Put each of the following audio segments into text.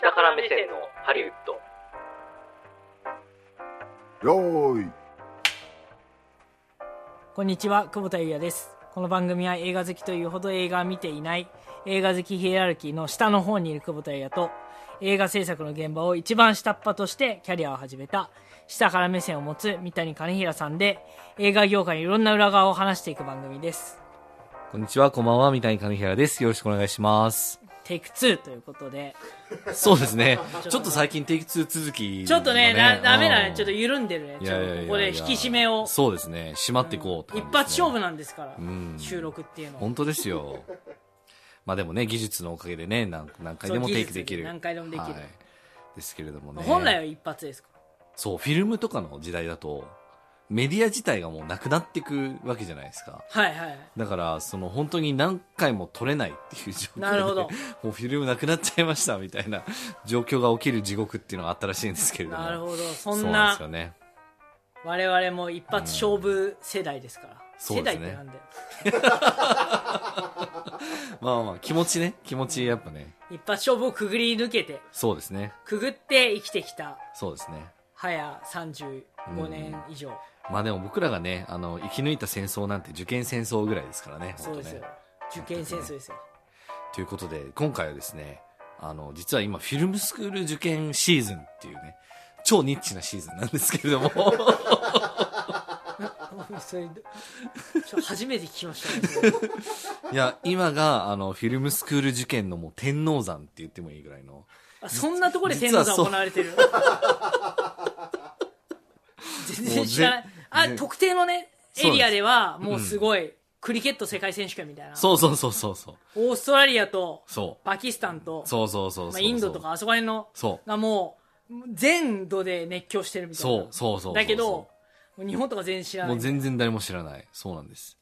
下から目線のハリウッドよーいこんにちは久保田裕也ですこの番組は映画好きというほど映画は見ていない映画好きヒエラルキーの下の方にいる久保田裕也と映画制作の現場を一番下っ端としてキャリアを始めた下から目線を持つ三谷兼平さんで映画業界のいろんな裏側を話していく番組ですこんにちは、こんばんは、三谷兼平です。よろしくお願いします。テイク2ということでそうですね。ちょっと最近テイク2続き、ちょっとねだダメだねちょっとい緩んでるねちょやっいやいやいとやここで引き締めをそうですね。締まっていこう一発勝負な。なんですからん収録っていうのは本当ですよ。まあでもね、技術のおかげでね、何何回でもそうテイクで技術きでる。何回でもできるはいですけれどもね。本来は一発ですかそう、フィルムとかの時代だと、メディア自体がもうなくなっていくわけじゃないですか。らはいはいはいだから、その本当に何回も撮れないっていう状況でなるほどもうフィルムなくなっちゃいましたみたいな 状況が起きる地獄っていうのがあったらしいんですけれども。なるほどそそんうなんでなすよね。我々も一発勝負世代ですから、そ世う代でっすねてなんでまあまあ、気持ちね。気持ち、やっぱね。一発勝負をくぐり抜けてそうですね。くぐって生きてきたそうですね。早35年以上、まあでも僕らがね、あの、生き抜いた戦争なんて受験戦争ぐらいですからね。そうです本よ当ね。受験戦争ですよということで、今回はですね、あの、実は今、フィルムスクール受験シーズンっていうね、超ニッチなシーズンなんですけれども、それちょ初めて聞きました ねいや、今が、あの、フィルムスクール受験のもう天王山って言ってもいいぐらいの、あそんなところで天実皇はさんそ行うわれてる全も然う知らないあぜ特定のねエそうですリアではもうすごい、クリケット世界選手権みたいなそうそうそうそうそう、オーストラリアとそう、パキスタンとそうそうそうまそうそう、あ、インドとかあそこら辺のそうがもう全土で熱狂してるみたいなそうそうそうそうだけどもう日本とか全然知らなもいう全然誰も知らない。そうなんです。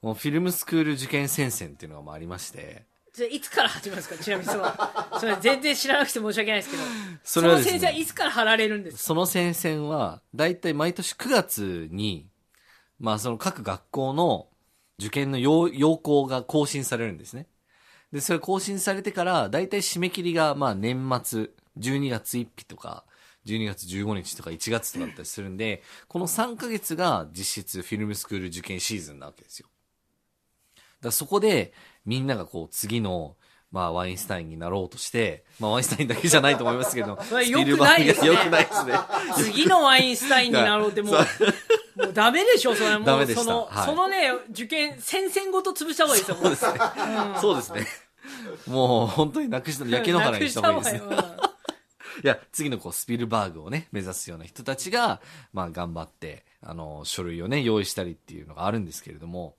もうフィルムスクール受験戦線っていうのがまあありまして、それいつから始まるんですかち なみにそのそれ全然知らなくて申し訳ないですけど それはですのね先生はいつから貼られるんですかその戦線は、だいたい毎年9月に、まあその各学校の受験の要要項が更新されるんですね。で、それ更新されてから、だいたい締め切りがまあ年末、12月1日とか、12月15日とか1月とかだったりするんで、この3ヶ月が実質フィルムスクール受験シーズンなわけですよ。だからそこで、みんながこう、次の、まあ、ワインスタインになろうとして、まあ、ワインスタインだけじゃないと思いますけど、 それ良くないですねスピ ルバーグが良くないですね。 次のワインスタインになろうってもう そもうダメでしょそれはもうダメでしたその、はいそのね受験戦線ごと潰した方がいいですよそうですね。そうですね。もう、本当になくした、焼け野原にした方がいいですね。なくした方がいいうんいや、次のこう、スピルバーグをね、目指すような人たちが、まあ、頑張って、あの、書類をね、用意したりっていうのがあるんですけれども、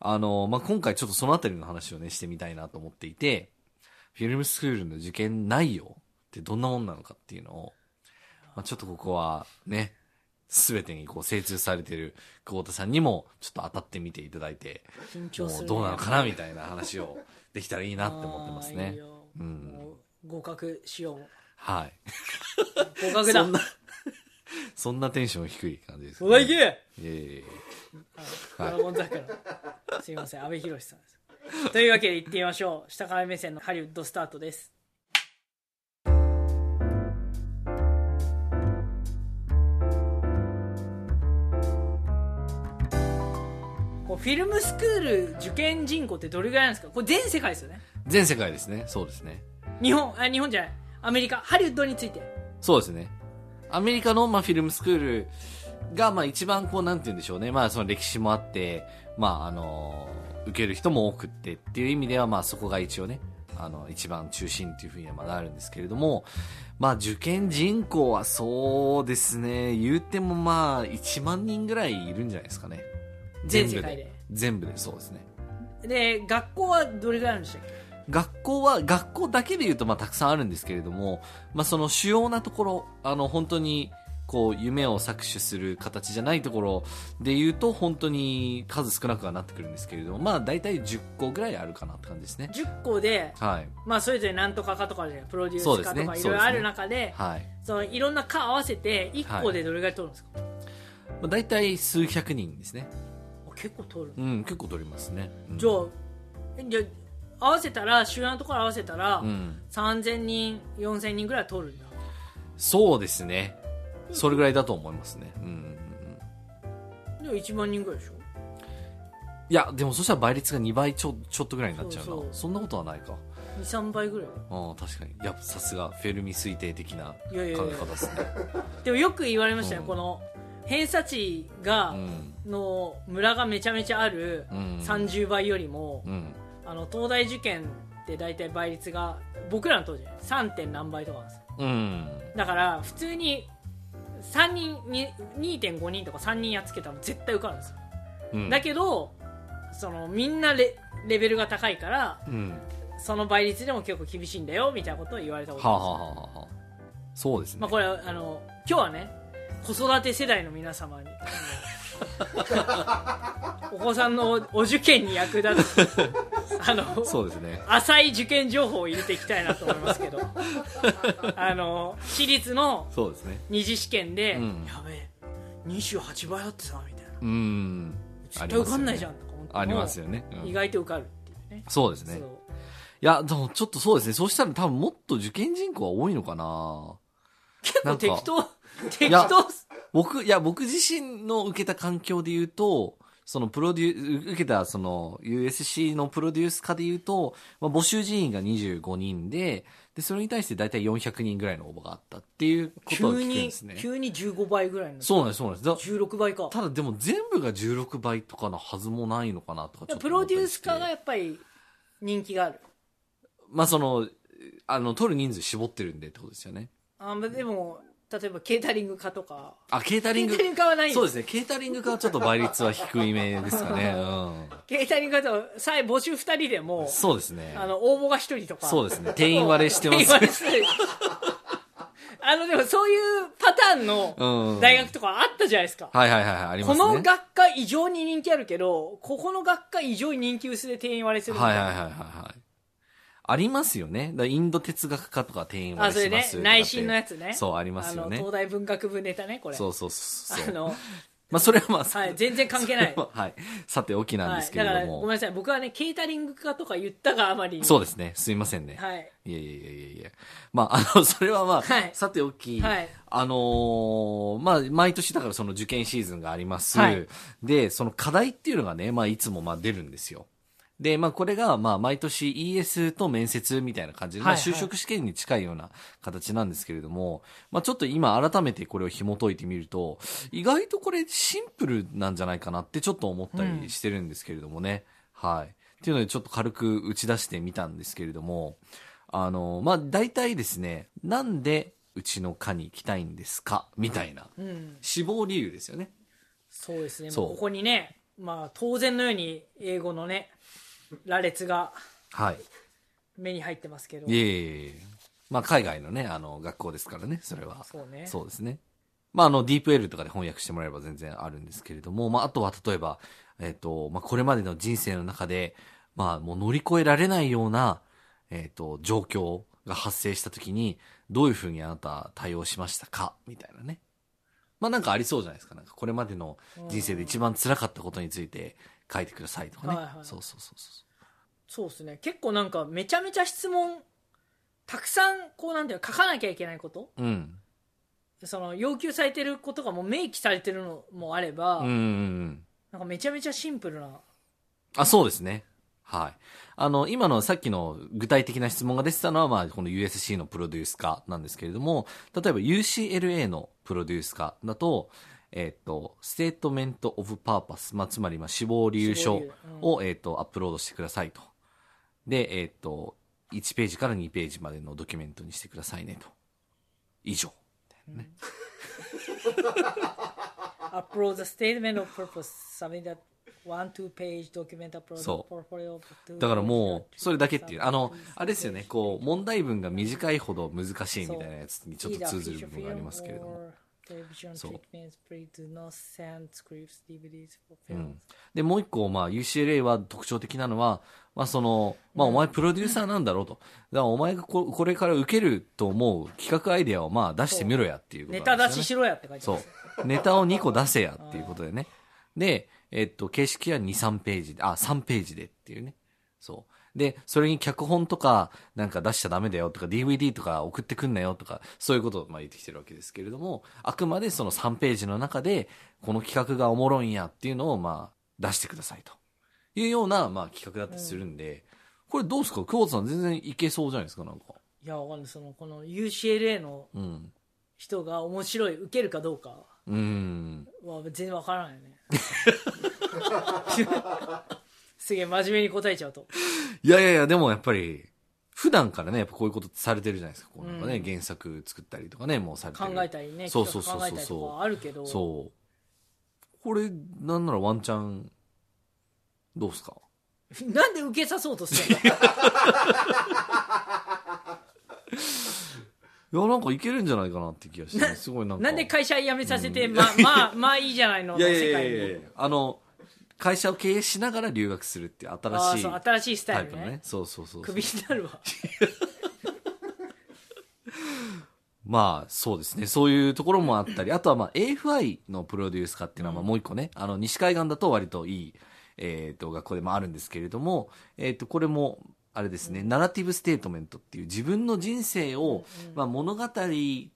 あの、まあ、今回ちょっとそのあたりの話をね、してみたいなと思っていて、フィルムスクールの受験内容ってどんなもんなのかっていうのを、まあ、ちょっとここはね、すべてにこう精通されてる久保田さんにもちょっと当たってみていただいて、緊張する、もうね、どうなのかなみたいな話をできたらいいななって思ってますね。うん合格しようはい。合格だそんな、そんなテンション低い感じですおだいけ、いえいえいえドラゴン桜。すいません、阿部寛さんです。というわけで行ってみましょう。下から目線のハリウッドスタートです。こうフィルムスクール受験人口ってどれぐらいなんですかこれ全世界ですよね。全世界ですね。そうですね。日本、あ日本じゃない。アメリカ、ハリウッドについて。そうですね。アメリカの、まあ、フィルムスクールが、まあ、一番こう、なんて言うんでしょうね。まあ、その歴史もあって、まあ、あのー受ける人も多くってっていう意味では、まあ、そこが一応ね、あの、一番中心っていうふうにはまだあるんですけれども、まあ、受験人口はそうですね、言うてもまあ、1万人ぐらいいるんじゃないですかね。全部世界で。全部で、そうですね。で、学校はどれぐらいあるんでしたっけ学校は、学校だけで言うと、まあ、たくさんあるんですけれども、まあ、その主要なところ、あの、本当に、こう、夢を搾取する形じゃないところで言うと、本当に数少なくはなってくるんですけれども、まあ、大体10個ぐらいあるかなって感じですね。 ?10 校で、はい。まあ、それぞれなんとかかとかじゃないプロデューそうスでかすとねかいそろういでろすねある中ではい。そのいろんな科合わせて1個はいでどれぐらい取るんですか、まあ、大体数百人ですね。あ結構取る、うん、結構取りますね。うんじゃあえじゃあ合わせたら主要なところ合わせたら、うん。 3000人4000人ぐらい取るんだそうですね。それぐらいだと思いますね。うんうんうん。でも1万人ぐらいでしょいや、でもそしたら倍率が2倍ちょちょっとぐらいになっちゃうな。そそうそうんなことはないか。 23倍ぐらいうん、確かに。やっぱさすが、フェルミ推定的な考いやいえやいや方ですね。でもよく言われましたね、うんこの偏差値が、うん。の村がめちゃめちゃあるうん30倍よりも、うん。あの東大受験って大体倍率が僕らの当時 3. 点何倍とかなんですようん。だから普通に3人に2.5人とか3人やっつけたら絶対受かるんですよ、うん。だけどそのみんなレレベルが高いからうん。その倍率でも結構厳しいんだよみたいなことを言われたこはとあ、あはるんですよあはあはあ、そうですね。まあ、これはあの今日はね子育て世代の皆様 にお子さんのお受験に役立つあのそうですね。浅い受験情報を入れていきたいなと思いますけどあの私立のそうですね。二次試験で、うんやべえ28倍あってさみたいなうん。絶対受かんないじゃんありますよねとか思ってもありますよね。うん意外と受かるっていうねそうですね。そういや、でもちょっとそうですね。そうしたら多分もっと受験人口は多いのかな結構なんか適当適や当っす僕、いや、僕自身の受けた環境で言うと、そのプロデュー、受けたその USC のプロデュース化で言うと、まあ、募集人員が25人で、で、それに対して大体400人ぐらいの応募があったっていうことを急聞くんにですね。急に15倍ぐらいのそうなんです、そうなんです。だ16倍かただでも全部が16倍とかのはずもないのかなとかちでょもっプと思ロったデりしてュース化がやっぱり人気があるまあその、あの、取る人数絞ってるんでってことですよね。あまあでも例えばケータリング化とかあ、ケータケリンーグタ。リング化はないんでそうですすね。ケータリングがちょっと倍率は低いめですかね。うケータリング化とさえ募集2人でもん。そうですね。あの応募が1人とかそうですね。定員割れして ま定員割れす。してるあのでもそういうパターンのうん大学とかあったじゃないですか、はいはいはいはい、ありまこすね。の学科異常に人気あるけどここの学科異常に人気薄で定員割れするみたはいいなはいはいはいはい。ありますよね。だからインド哲学科とか定員あ割それれしまねす。内心のやつねそう、ありますよあのね。東大文学部ネタねこれそうそうそうあそう。の、まあそれはまあ、はい、全然関係ないそれははい。さておきなんですけれはい、だどからごも。めんなさい僕はねケータリング化とか言ったがあまりにそうですね。すいませんね。はいいやいやいやいやいや。まあ、あの、 それはまあ、はいさておき、はいあのーまあ、毎年だからその受験シーズンがあります。はいで、その課題っていうのがね、まあ、いつもまあ出るんですよ。で、まあ、これが、まあ、毎年 ES と面接みたいな感じで、まあ、はいはい就職試験に近いような形なんですけれども、まあ、ちょっと今改めてこれを紐解いてみると、意外とこれシンプルなんじゃないかなってちょっと思ったりしてるんですけれどもね。はい。っていうので、ちょっと軽く打ち出してみたんですけれども、あの、まあ、大体ですね、なんでうちの科に行きたいんですかみたいな。うん、死亡理由ですよね。そうですねそうもうここにね、まあ、当然のように英語のね羅列がはい。目に入ってますけどいえいえいえ。まあ、海外のね、あの、学校ですからね、それは。そうねそうですね。まあ、あの、ディープ L とかで翻訳してもらえば全然あるんですけれども、まあ、あとは例えば、えっ、と、まあ、これまでの人生の中で、まあ、もう乗り越えられないような、えっ、と、状況が発生した時に、どういうふうにあなた対応しましたかみたいなね。まあ、なんかありそうじゃないですか。なんか、これまでの人生で一番辛かったことについて書いてくださいとかね。はいはいそうそうそうそう。そうですね結構なんかめちゃめちゃ質問たくさんこうなんていうの書かなきゃいけないことうん。その要求されてることがもう明記されてるのもあれば、うんうんうん。なんかめちゃめちゃシンプルなあ、そうですね。はい。あの、今のさっきの具体的な質問が出てたのは、まあ、この USC のプロデュース化なんですけれども、例えば UCLA のプロデュース化だと、えっ、と、ステートメントオブパーパス、まあ、つまり、まあ、死亡理由死亡書理由うんを、えっ、と、アップロードしてくださいと。で、えっ、と、1ページから2ページまでのドキュメントにしてくださいねと。以上。 Upload the statement of purpose, submit that one, two page document upload そう portfolio of two だからもう、それだけっていう。あの page、あれですよね、こう、問題文が短いほど難しいみたいなやつにちょっ Either と通ずる feature 部分がありますけれ film ども。 or television そう treatments, please do not send scripts, DVDs for う films. ん。で、もう一個、まあ、UCLA は特徴的なのは、まあ、その、まあ、お前プロデューサーなんだろうと。だから、お前がここれから受けると思う企画アイデアを、まあ、出してみろやっていうことネなタんですよね出ししろやって書いてそまうす。。ネタを2個出せやっていうことでね。で、えっと、形式は2、3ページで、あ、3ページでっていうね。そう。で、それに脚本とかなんか出しちゃダメだよとか DVD とか送ってくんなよとか、そういうことをまあ言ってきてるわけですけれども、あくまでその3ページの中で、この企画がおもろいんやっていうのをまあ出してくださいというようなまあ企画だったりするんで、これどうですか久保田さん全然いけそうじゃないですかなんか。いや、わかんない。その、この UCLA のうん。人が面白い、受けるかどうかうん。は全然わからないよ ね。すげえ真面目に答えちゃうと。いやいやいや、でもやっぱり、普段からね、やっぱこういうことされてるじゃないですか。こうなんかね、うん原作作ったりとかね、もうされて考る。えたりね、そうそうそうそう企画考えたりとかはあるけど、そう。これ、なんならワンチャン、どうっすかなんで受けさそうとしてんのいや、なんかいけるんじゃないかなって気がして、すごいなんか。なんで会社辞めさせて、まあ、まあ、まあいいじゃないの、いのや世いや界いやいにや。あの、会社を経営しながら留学するっていうあ新あ、しいそう、新しいスタタイイルプのねね。。そうそうそうそう。クビになるわ。まあ、そうですね。そういうところもあったり、あとはまあ AFI のプロデュース化っていうのはまあもう一個ね、あの、西海岸だと割といい、えっ、と、学校でもあるんですけれども、えっ、と、これも、あれですね、ナラティブステートメントっていう自分の人生を、まあ物語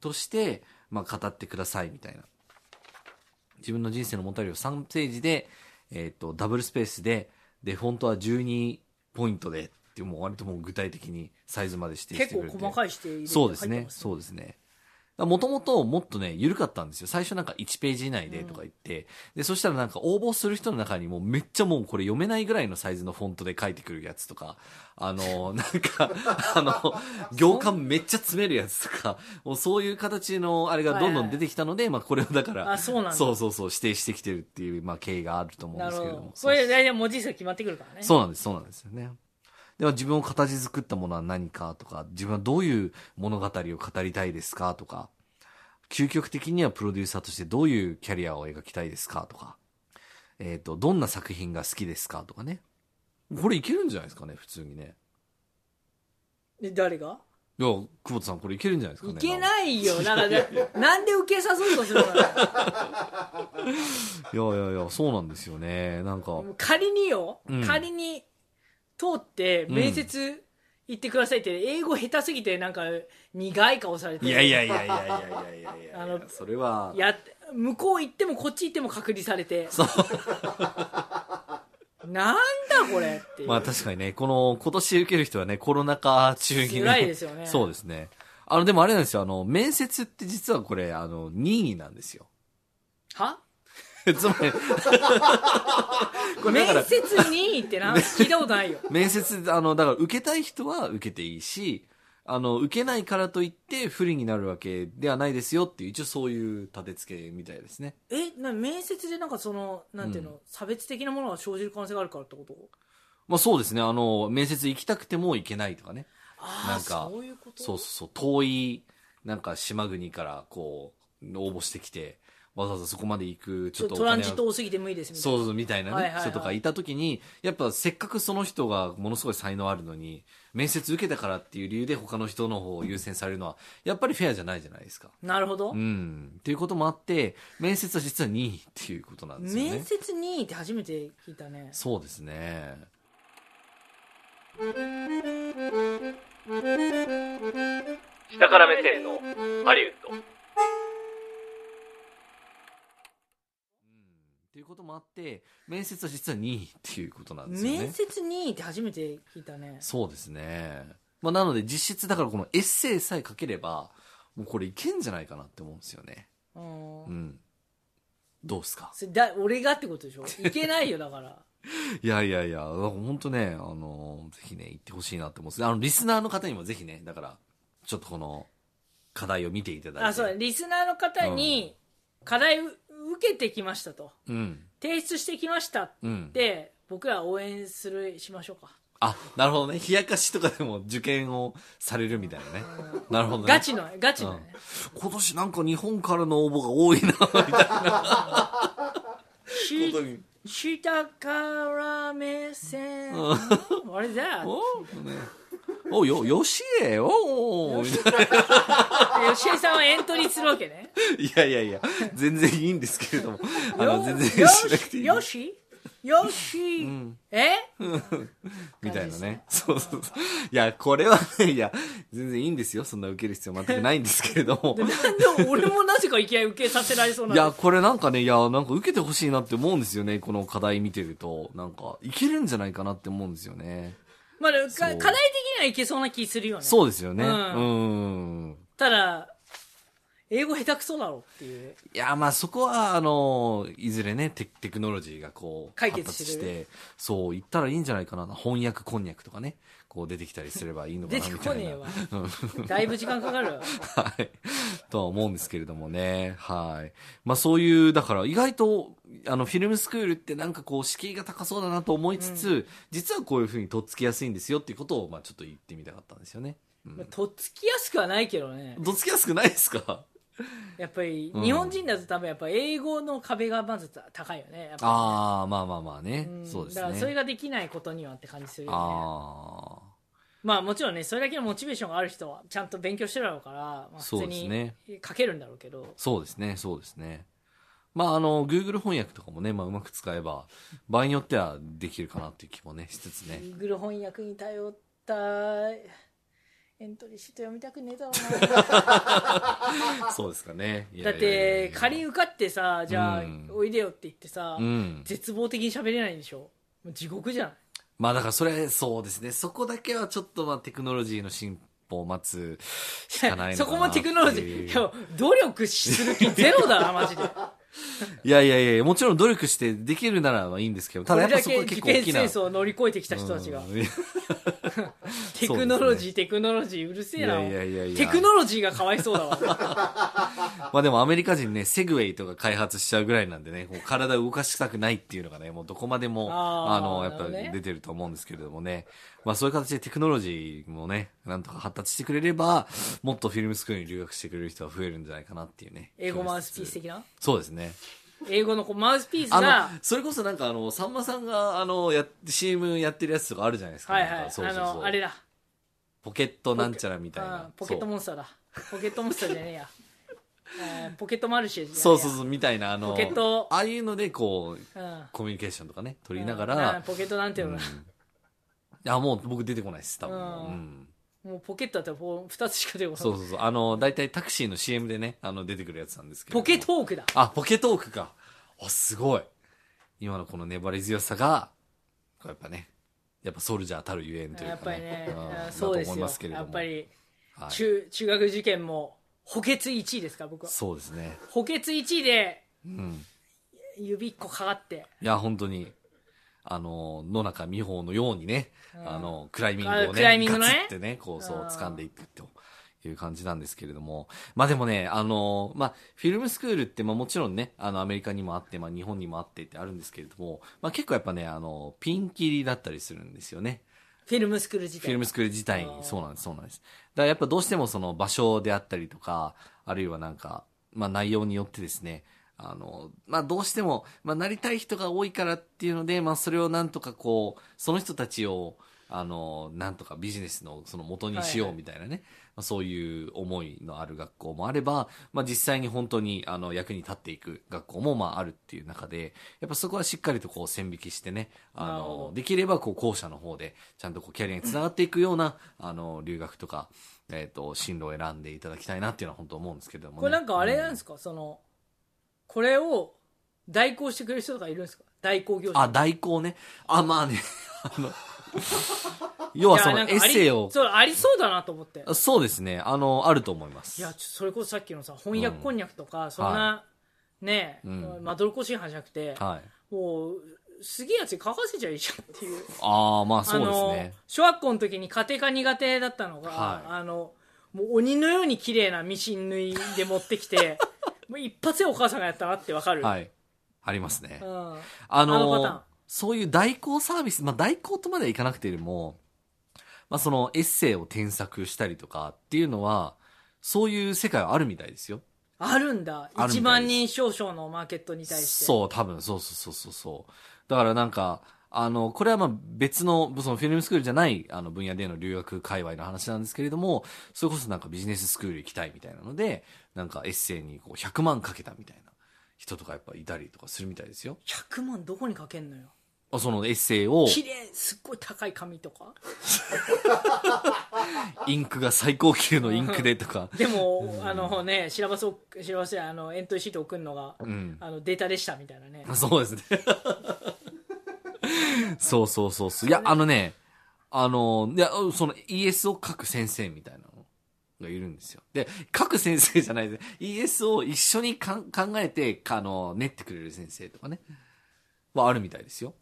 として、まあ語ってくださいみたいな。自分の人生の物語を3ページで、えっ、と、ダブルスペースで、で、フォントは12ポイントで、っていうもう割ともう具体的にサイズまで指定し結てく構れて。細かいして入れてそうです入ってね。ますそうですね。もともともっとね、緩かったんですよ。最初なんか1ページ以内でとか言って、で、そしたらなんか応募する人の中にもうめっちゃもうこれ読めないぐらいのサイズのフォントで書いてくるやつとか、あの、 なんか、あの、行間めっちゃ詰めるやつとか、もうそういう形のあれがどんどん出てきたので、まあこれをだから、あそうなんだそうそうそう指定してきてるっていう、まあ経緯があると思うんなるですほけれどもど。。これ大体文字数決まってくるからね。そうなんです、そうなんですよね。では自分を形作ったものは何かとか、自分はどういう物語を語りたいですかとか、究極的にはプロデューサーとしてどういうキャリアを描きたいですかとか、えっ、と、どんな作品が好きですかとかね。これいけるんじゃないですかね、普通にね。で誰がいや、久保田さんこれいけるんじゃないですかいね。けないよ。なんかね、なんで受けさそうとするの いやいやいや、そうなんですよね。なんか、仮によ、うん仮に通って面接行ってくださいって、英語下手すぎてなんか苦い顔されていやいやいやいやいやいやいやいやあいのや、それは、や向こう行ってもこっち行っても隔離されてそう。 なんだこれっていう、まあ確かにね、この、今年受ける人はね、コロナ禍中にね。辛いですよねそうですね。あの、でもあれなんですよ、あの、面接って実はこれ、あの、任意なんですよ。 はつまり、これだから面、接にってな聞いたこと ないよ面接、あの、だから受けたい人は受けていいし、あの、受けないからといって不利になるわけではないですよっていう、一応そういう立て付けみたいですね。えな面接でなんかそのなんていうの、差別的なものが生じる可能性があるからってことまあそうですね、あの、面接行きたくても行けないとかね。あなあんかそういうことそうそうそう、遠い、なんか島国からこう、応募してきて、わざわざそこまで行く、ちちょょっっととおトラン金ジットを多すぎて無理ですみたいなそうそう、みたいなね、はいはいはい人とかいた時に、やっぱせっかくその人がものすごい才能あるのに、面接受けたからっていう理由で他の人の方を優先されるのは、やっぱりフェアじゃないじゃないですか。なるほど、うん。っていうこともあって、面接は実は2位っていうことなんですよね。面接にって初めて聞いたねそうですね。下から目線のハリウッドっていうこともあって、面接は実は2位っていうことなんですよね。面接にって初めて聞いたねそうですね。まあ、なので実質だからこのエッセイさえ書ければ、もうこれいけんじゃないかなって思うんですよね。うんうん。どうっすかそれだ俺がってこと でしょいけないよだからいやいやいや、だから本当ね、あのーぜひね、行ってほしいなって思うんですあの、リスナーの方にもぜひね、だから、ちょっとこの、課題を見ていただいて。あそうリスナーの方に課題う受けてきましたとうん。提出してきましたっうん。て僕ら応援するしましょうかあ、なるほどね。冷やかしとかでも受験をされるみたいなね。なるほどね。ガチのガチのね、今年なんか日本からの応募が多い な、みたいなしことに。下から目線あれだよおね、およ、よしえ、おお みたいな吉井さんはエントリーするわけねいやいやいや、全然いいんですけれども、あの、全然よしなくていしい。よしよっしー、んえ感みたいなじですねね。そうそうそう。いや、これはね、いや、全然いいんですよ。そんな受ける必要全くないんですけれども で。なんでも俺もなぜかいきなり受けさせられそうないや、これなんかね、いや、なんか受けてほしいなって思うんですよね。この課題見てると。なんか、いけるんじゃないかなって思うんですよね。まあ、でもか課そ題う的にはいけそうな気するよねそうですよね。ううんん。んただ英語下手くそだろっていういや、まあそこは、あの、いずれね、テテクノロジーがこう、解決して発達して、そう、言ったらいいんじゃないかな。翻訳こんにゃくとかね、こう出てきたりすればいいのか出な、てみこたいねなえ。わだいぶ時間かかるわはい。とは思うんですけれどもね。はい。まあそういう、だから意外と、あの、フィルムスクールってなんかこう、敷居が高そうだなと思いつつ、実はこういうふうにとっつきやすいんですよっていうことを、まあちょっと言ってみたかったんですよね。うんまあとっつきやすくはないけどねとっつきやすくないですかやっぱりうん日本人だと多分やっぱ英語の壁がまず高いよねやっぱああ、まあまあまあねう。んそうですだからそれね。ができないことにはって感じするよねあまあもちろんねそれだけのモチベーションがある人はちゃんと勉強してるだろうから、まあ、普そ通うですにね書けるんだろうけどあ、そうですね、そうですね。まああの、Google 翻訳とかもね、まあうまく使えば、場合によってはできるかなっていう気もね、しつつね。 Google 翻訳に頼ったエントリーシート読みたくねえだろ うなそうですかね。いやだいっやいやいやて仮に受かってさじゃあ、うんおいでよって言ってさ、うん。絶望的に喋れないんでしょもう地獄じゃないまあだからそれ、そうですね。そこだけはちょっとまあテクノロジーの進歩を待つしかないのかなっていう。そこもテクノロジーいや努力する気ゼロだ なマジでいやいやいや、もちろん努力してできるならまあいいんですけど、たこだやれっぱだそこけは結受構大験き戦な。争を乗り越えてきた人たちが、うんいやテクノロジー、テクノロジーうるせえないやいやいやいやテクノロジーがかわいそうだわまあでもアメリカ人ね、セグウェイとか開発しちゃうぐらいなんでね、こう体を動かしたくないっていうのがね、もうどこまでも、あーあの、やなるほどっねぱ出てると思うんですけれどもね。まあそういう形でテクノロジーもね、なんとか発達してくれれば、もっとフィルムスクールに留学してくれる人は増えるんじゃないかなっていうね。英語マウスピース的なそうですね。英語のこうマウスピースあがの、それこそなんかあの、さんまさんが、あの、やっ、CM やってるやつとかあるじゃないですか。はいなはんいかそうそうそうあのあれだポケットなんちゃらみたいうんな。ポケットそうモンスターだポケットモンスターじゃねえ やえーポケットマルシェじゃねえやそうそうそう、みたいな、あの、ポケットああいうので、こう、うんコミュニケーションとかね、取りながうんら、ポケットなんていうの、いや、もう僕出てこないです、多分。うんうんもうポケットだったらこう2つしか出てこないそうそうそう。あの、大体タクシーの CM でね、あの、出てくるやつなんですけど。ポケトークだあ、ポケトークか。あ、すごい。今のこの粘り強さが、こうやっぱね、やっぱソルジャーたるゆえんというか、ね。やっぱりね、んあだとそうで思すいよますけれどやもっぱりはい中,、中学受験も補欠1位ですから僕はそうですね。補欠1位でうん。指1個かかっていや、本当に、あの、野中美穂のようにね、うんあの、クライミングをあね、クライミングのねガツってね、こう、そうう、ん掴んでいくと。いう感じなんですけれども。まあでもね、あの、まあ、フィルムスクールって、まあもちろんね、あの、アメリカにもあって、まあ日本にもあってってあるんですけれども、まあ結構やっぱね、あの、ピンキリだったりするんですよね。フィルムスクール自フィル体ムスクール自体あーに、そうなんです、そうなんです。だからやっぱどうしてもその場所であったりとか、あるいはなんか、まあ内容によってですね、あの、まあどうしても、まあなりたい人が多いからっていうので、まあそれをなんとかこう、その人たちを、あの、なんとかビジネスのその元にしようみたいなね、まあそういう思いのある学校もあれば、まあ実際に本当にあの役に立っていく学校もまああるっていう中で、やっぱそこはしっかりとこう線引きしてね、あなるほどの、できればこう後者の方でちゃんとこうキャリアにつながっていくような、あの留学とか、えっと進路を選んでいただきたいなっていうのは本当思うんですけれどもね、これなんかあれなんですすか、そのこれを代行してくれる人とかいるんですか代行業者あ代行ねあまあね あ の要はそのエッセイいやなんをかありそうありそうだなと思ってあそうですねあのあると思いまいすやちょそれこそさっきのさ翻訳こんにゃくとか、そんな、はねえ、うんまどろっこしい話じゃなくて、はいもうすげえやつに書かせちゃいいじゃんっていうああまあ そうですのね小学校の時に家庭科苦手だったのが、はいあのもう鬼のように綺麗なミシン縫いで持ってきて もう一発でお母さんがやったなってわかる、はいありますね、うん、あのあのパターンそういう代行サービス、まあ、代行とまではいかなくても、まあ、そのエッセイを添削したりとかっていうのは、そういう世界はあるみたいですよ。あるんだあるみたいです1万人少々のマーケットに対してそう、多分、そうそうそうそうそう。だからなんか、あの、これはまあ別の、そのフィルムスクールじゃない、あの分野での留学界隈の話なんですけれども、それこそなんかビジネススクール行きたいみたいなので、なんかエッセイにこう100万かけたみたいな人とかやっぱいたりとかするみたいですよ。 100万どこにかけんのよそのエッセイを、綺麗すっごい高い紙とか、インクが最高級のインクでとかでもあのねシラバスをシラバスやあのエントリーシート送るのが、うん。あのデータでしたみたいなねそうですね。 そうそうそうそう。いや、あのね、あの、いや、その ES を書く先生みたいなのがいるんですよ。で、書く先生じゃないです。ES を一緒にかん考えて、かあの、練ってくれる先生とかね。はあるみたいですよ。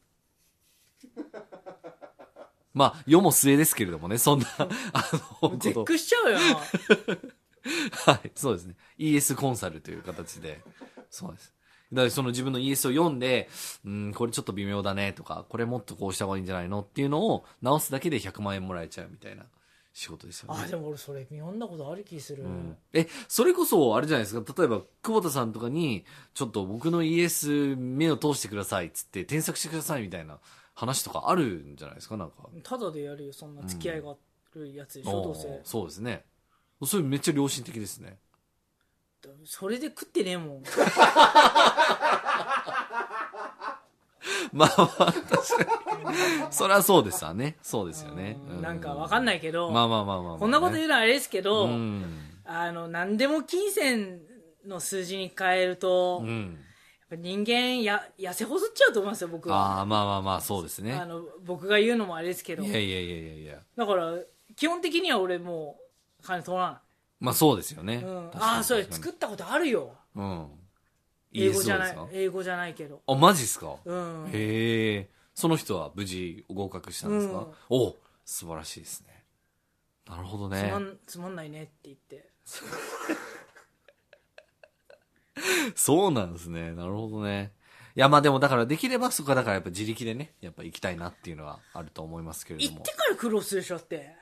まあ、世も末ですけれどもね、そんな、あの、こと絶句しちゃう よなはい、そうですね。ES コンサルという形で。そうです。だからその自分の ES を読んで、うん、これちょっと微妙だねとか、これもっとこうした方がいいんじゃないのっていうのを直すだけで100万円もらえちゃうみたいな仕事ですよあね。でも俺それ読んだことある気する、うん、え、それこそ、あれじゃないですか。例えば、久保田さんとかに、ちょっと僕の ES 目を通してくださいっつって、添削してくださいみたいな話とかあるんじゃないですか、なんか。ただでやるよそんな付き合いがあるやつでしょ、どうせおーそうですね。それめっちゃ良心的ですね。 それで食ってねえもんまあまあ、確かに。そりゃそうですわね。そうですよね。うんなんかわかんないいけど、まあまあまあまあまあね、こんなこと言うのはあれですけど、うん。あの何でも金銭の数字に変えると、うやっん。ぱ人間や痩せ細っちゃうと思うんですよ僕はああ、まあまあまあ、そうですね。あの僕が言うのもあれですけどいやいやいやいやいや。だから基本的には俺もう金取らまあそうですよね。ない、うん、確かにああそれ確かに作ったことあるようん。英語じゃない ESO です英語じゃないけどかあ、マジですか、うんへえ。その人は無事合格したんですか、うんお素晴らしいですね。なるほどつねま。んつまんないねって言ってそうなんですね。なるほどね。いや、まあでもだからできればそこはだからやっぱ自力でね、やっぱ行きたいなっていうのはあると思いますけれ行どっもて。から苦労するでしょって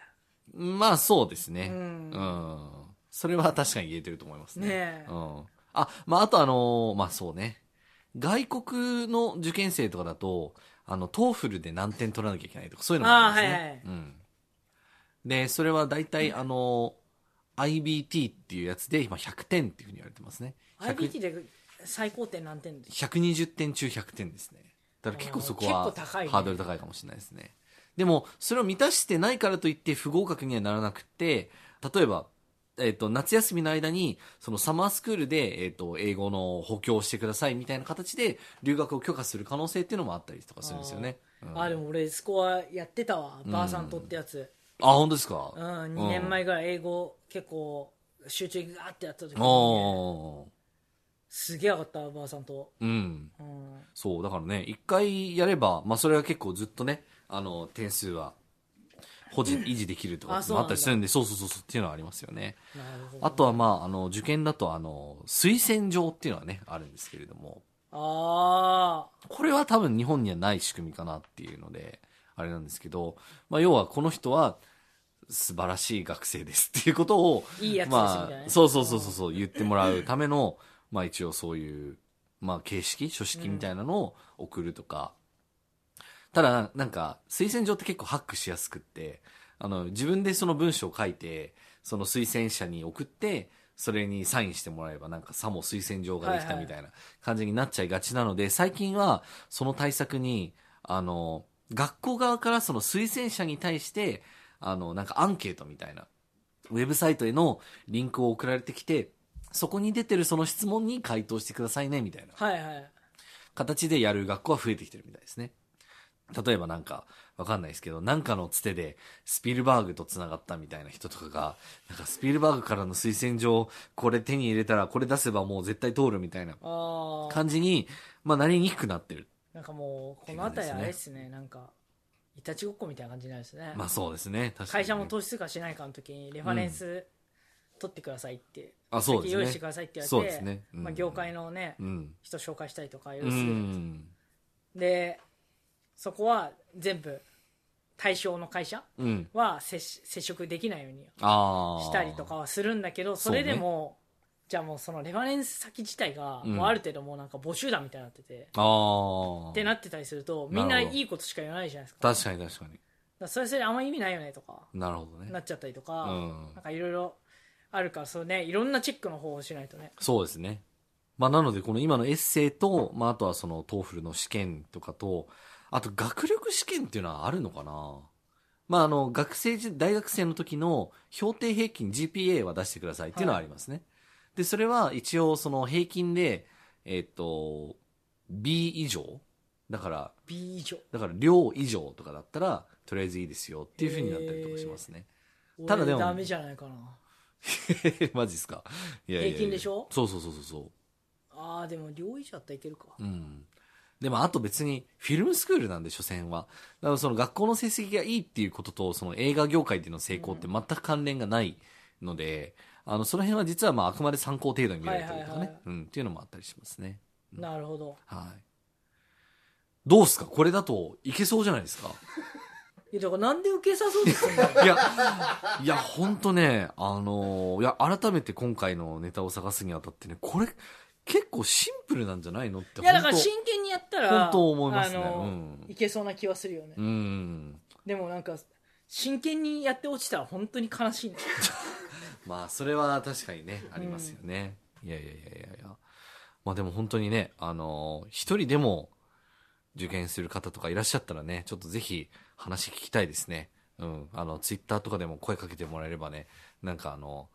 まあそうですね。ううんん。それは確かに言えてると思いますね。ねえうん。あ、まああとあのーまあそうね。外国の受験生とかだと、あの、トーフルで何点取らなきゃいけないとか、そういうのもあるんですね。あーはいはいうん。で、それは大体あのー IBT っていうやつで今100点っていうふうに言われてますね。 IBT で最高点何点です120点中100点ですね。だから結構そこはあー結構高いねハードル高いかもしれないですね。でも、それを満たしてないからといって不合格にはならなくって、例えば、えっ、と、夏休みの間に、そのサマースクールで、えっ、と、英語の補強をしてくださいみたいな形で、留学を許可する可能性っていうのもあったりとかするんですよね。うんあでも俺スコアやってたわばあさんとってやつ、あ、本当ですかうん2年前ぐらい英語結構集中ガーってやった時にうん。おすげえ上がったばあさんと、ーうん。うん、そう、だからね、一回やれば、まあそれは結構ずっとね、あの、点数は、保持、維持できるとかあってそうのなんあだったりするんで、そうそうそうそうっていうのはありますよね。なるほどあとはまあ、あの、受験だと、あの、推薦状っていうのはね、あるんですけれども、あこれは多分日本にはない仕組みかなっていうので、あれなんですけど、まあ要はこの人は、素晴らしい学生ですっていうことを、いいやつですみまたいなねあ、そうそうそうそうそう、言ってもらうための、まあ一応そういう、まあ形式、書式みたいなのを送るとか、ただ、なんか、推薦状って結構ハックしやすくって、あの、自分でその文章を書いて、その推薦者に送って、それにサインしてもらえば、なんかさも推薦状ができたみたいな感じになっちゃいがちなので、最近は、その対策に、あの、学校側からその推薦者に対して、あの、なんかアンケートみたいな、ウェブサイトへのリンクを送られてきて、そこに出てるその質問に回答してくださいね、みたいなあはいはい形でやる学校は増えてきてるみたいですね。例えばなんか、わかんないですけど、なんかのつてで、スピルバーグと繋がったみたいな人とかが、なんかスピルバーグからの推薦状、これ手に入れたら、これ出せばもう絶対通るみたいなああ感じに、まあなりにくくなってる。なんかもうこの辺りあれですねなんかいたちごっこみたいな感じになるんですね、まあそうですね。確かにね会社も投資通貨しないかの時にレファレンス取ってくださいって、あそうですね先用意してくださいって言そうわれでて、すねうんまあ、業界のね、うん。人紹介したりとかう要するにん。でそこは全部対象の会社うん。は接し接触できないようにああ。したりとか。はするんだけどそれでも、じゃあもうそのレファレンス先自体がうんもうある程度もうなんか募集団みたいになってて、ああ。ってなってたりするとみんななるほどいいことしか言わないじゃないですか確かに確かに。だからそれそれあんま意味ないよねとかなるほどねな。っちゃったりとか、うんなんかいろいろあるからそうねいろんなチェックの方法をしないとねそうですね。まあ、なので、この今のエッセイと、まあ、あとはその、トーフルの試験とかと、あと学力試験っていうのはあるのかなまあ、あの、学生時、大学生の時の評定平均 GPA は出してくださいっていうのはありますね。で、それは一応その平均で、えっと、B 以上だから、 B 以上。だから量以上とかだったら、とりあえずいいですよっていうふうになったりとかしますね。 ただでも俺ダメじゃないかな。マジっすか。いやいやいや平均でしょそうそうそうそうそああ、でも両以上だったらいけるか。う。うん。でもあと別にフィルムスクールなんで、所詮は。だからその学校の成績がいいっていうことと、その映画業界での成功って全く関連がないので、あの、その辺は実はまああくまで参考程度に見られてるとかね、はいはいはいうん、っていうのもあったりしますね。なるほど。はい。どうっすかこれだといけそうじゃないですかいや、だからなんで受けさそうですんのいや、いや、ほんとね、あのーいや、改めて今回のネタを探すにあたってね、これ、結構シンプルなんじゃ ないのって、いや、だかほんらと真剣にやったら、本当思いますねあのうんいけそうな気はするよね。うん。でもなんか、真剣にやって落ちたら本当に悲しいね。まあ、それは確かにね、ありますよね。いやいやいやいやいや。まあでも本当にね、あのー一人でも受験する方とかいらっしゃったらね、ちょっとぜひ話聞きたいですね。うん。あの、ツイッターとかでも声かけてもらえればね、なんかあの、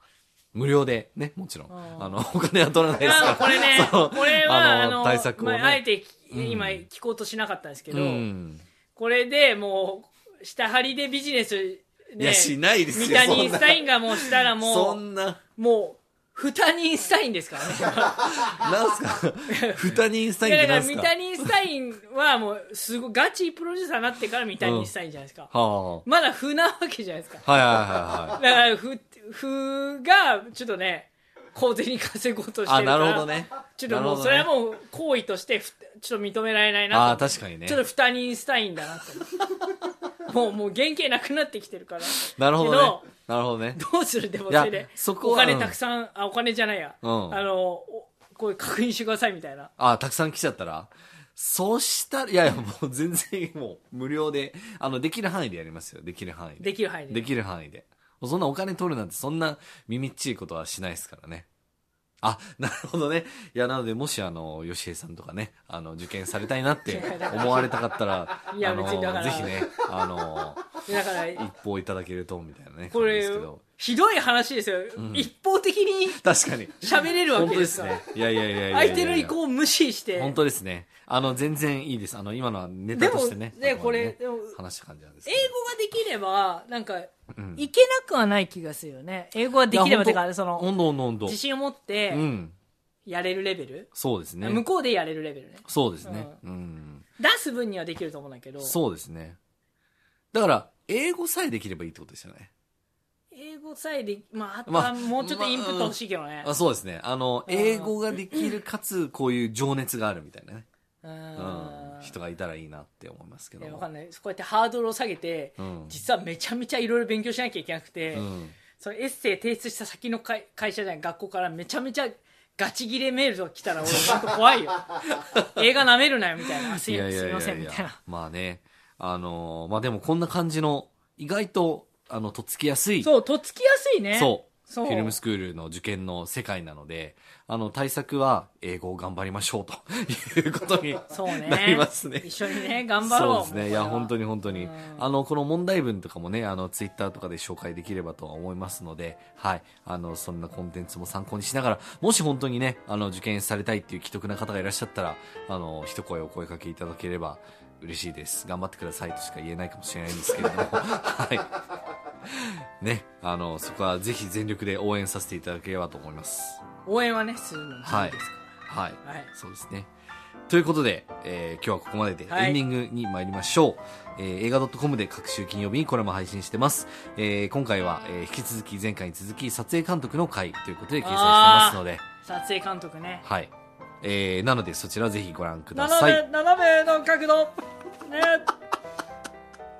無料で、ね、もちろん。あーあの、お金は取らないですあかのら。これね、 そうこれは、あの、対策をね。まあ、あえてきうん今聞こうとしなかったんですけど、うん、これでもう、下張りでビジネス、いや、ね、しないですよ。三谷そスタインがもうしたらんな、そもんな、う、もう、二人スタインですからね。なん すか、二人スタインいっやだかてなんらす三か。谷スタインはもうすごいガチプロデューサーになってから三谷スタインじゃないですか、はまだ不なわけじゃないですかあ、はいはいはいはだから不不がちょっとね公然に稼ごうとしてるい。からあ、なるほどね。ちょっともうなるほどねそれはもう行為としてふちょっと認められないあなあ、と確かにねちょ。っと二人スタインだなともうもう原型なくなってきてるからなるほどね。なるほどね。どうするでもいやそれでそこはお金たくさん、あお金じゃないや、うんあのおこう確認してくださいみたいなああ、たくさん来ちゃったら。そうしたら、いやいや、もう全然もう無料で、あの、できる範囲でやりますよ。できる範囲で。できる範囲でできる範囲で。そんなお金取るなんてそんな耳っちいことはしないですからね。あ、なるほどね。いや、なので、もし、あの、吉江さんとかね、あの、受験されたいな って思われたかったら、いやあの、別にだからぜひね、あの、だから一報いただけると、みたいなね、こ感じでれすけど。ひどい話ですよ、ん一方的に確かに。喋れるわ本け当でですすからね。いやいやいやいやいや相手の意向を無視して本当ですね。あの、全然いいです。あの、今のはネでタもとしてね。ねあこれのでも話した感じなんですけ英ど。語ができればなんかうんいけなくはない気がするよね英語ができればていかやその本当本当自本信を持っ当てうん。やれるレベル、そうですね。向こうでやれるレベルねそうですね。うん。出す分にはできると思うんだけどそうですね。だから、英語さえできればいいってことですよね。英語さえでまああとまあはもうちょっとインプット欲しいけどね、あそうですね。あの、うん英語ができるかつ、こういう情熱があるみたいなね。うんうん。人がいたらいいなって思いますけどいやも。わかんないこうやってハードルを下げて、うん実はめちゃめちゃいろいろ勉強しなきゃいけなくて、うん。そのエッセイ提出した先の会会社じゃない学校からめちゃめちゃガチギレメールが来た ら俺本当怖いよ映画舐めるなよみたいなあすいいやいやすいいやまいせやんみたいなまあね。あのーまあでもこんな感じの、意外と、あの、とっつきやすい。そうとっつきやすいねそう。そうフィルムスクールの受験の世界なので、あの、対策は英語を頑張りましょうということにそうねなりますね。一緒にね頑張ろうそうですね。いや、本当にに本当に。あの、この問題文とかもね、あの、ツイッターとかで紹介できればとは思いますので、はい。あの、そんなコンテンツも参考にしながら、もし本当にね、あの、受験されたいっていう既得な方がいらっしゃったら、あの、一声お声かけいただければ嬉しいです。頑張ってくださいとしか言えないかもしれないんですけれ ども、はい。ね、あの、そこはぜひ全力で応援させていただければと思います。応援はねするのもはいいですかはい。らはいそうですね。ということで、えー今日はここまでではいエンディングに参りましょう。えー映画 .com で各週金曜日にこれも配信してます。えー今回は、えー引き続き前回に続き撮影監督の回ということで掲載してますので、撮影監督ねはい。えーなのでそちらぜひご覧くださ斜めい。斜めの角度ね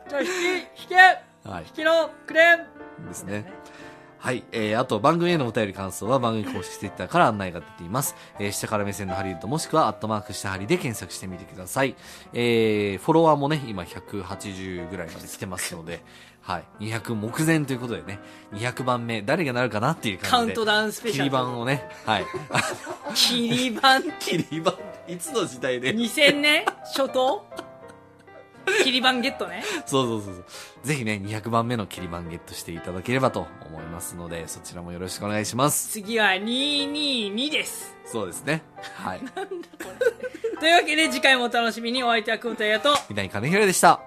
じゃあ引き引けはい引。きのクレーンですね。はい。えー、あと、番組へのお便り感想は番組公式 Twitter から案内が出ています。えー、下から目線のハリウッドもしくは、アットマーク下ハリで検索してみてください。えー、フォロワーもね、今180ぐらいまで来てますの で、はい。200目前ということでね、200番目、誰がなるかなっていうカウ感ンじで。トダウンスペシ切ャりル板をね、 はい。あ切り板切り板、いつの時代で2000年初頭キリバンゲットね。そうそうそうそう。ぜひね、200番目の切り番ゲットしていただければと思いますので、そちらもよろしくお願いします。次は222です。そうですね。はい。というわけで次回もお楽しみにお相手は久保田屋と、三谷金平でした。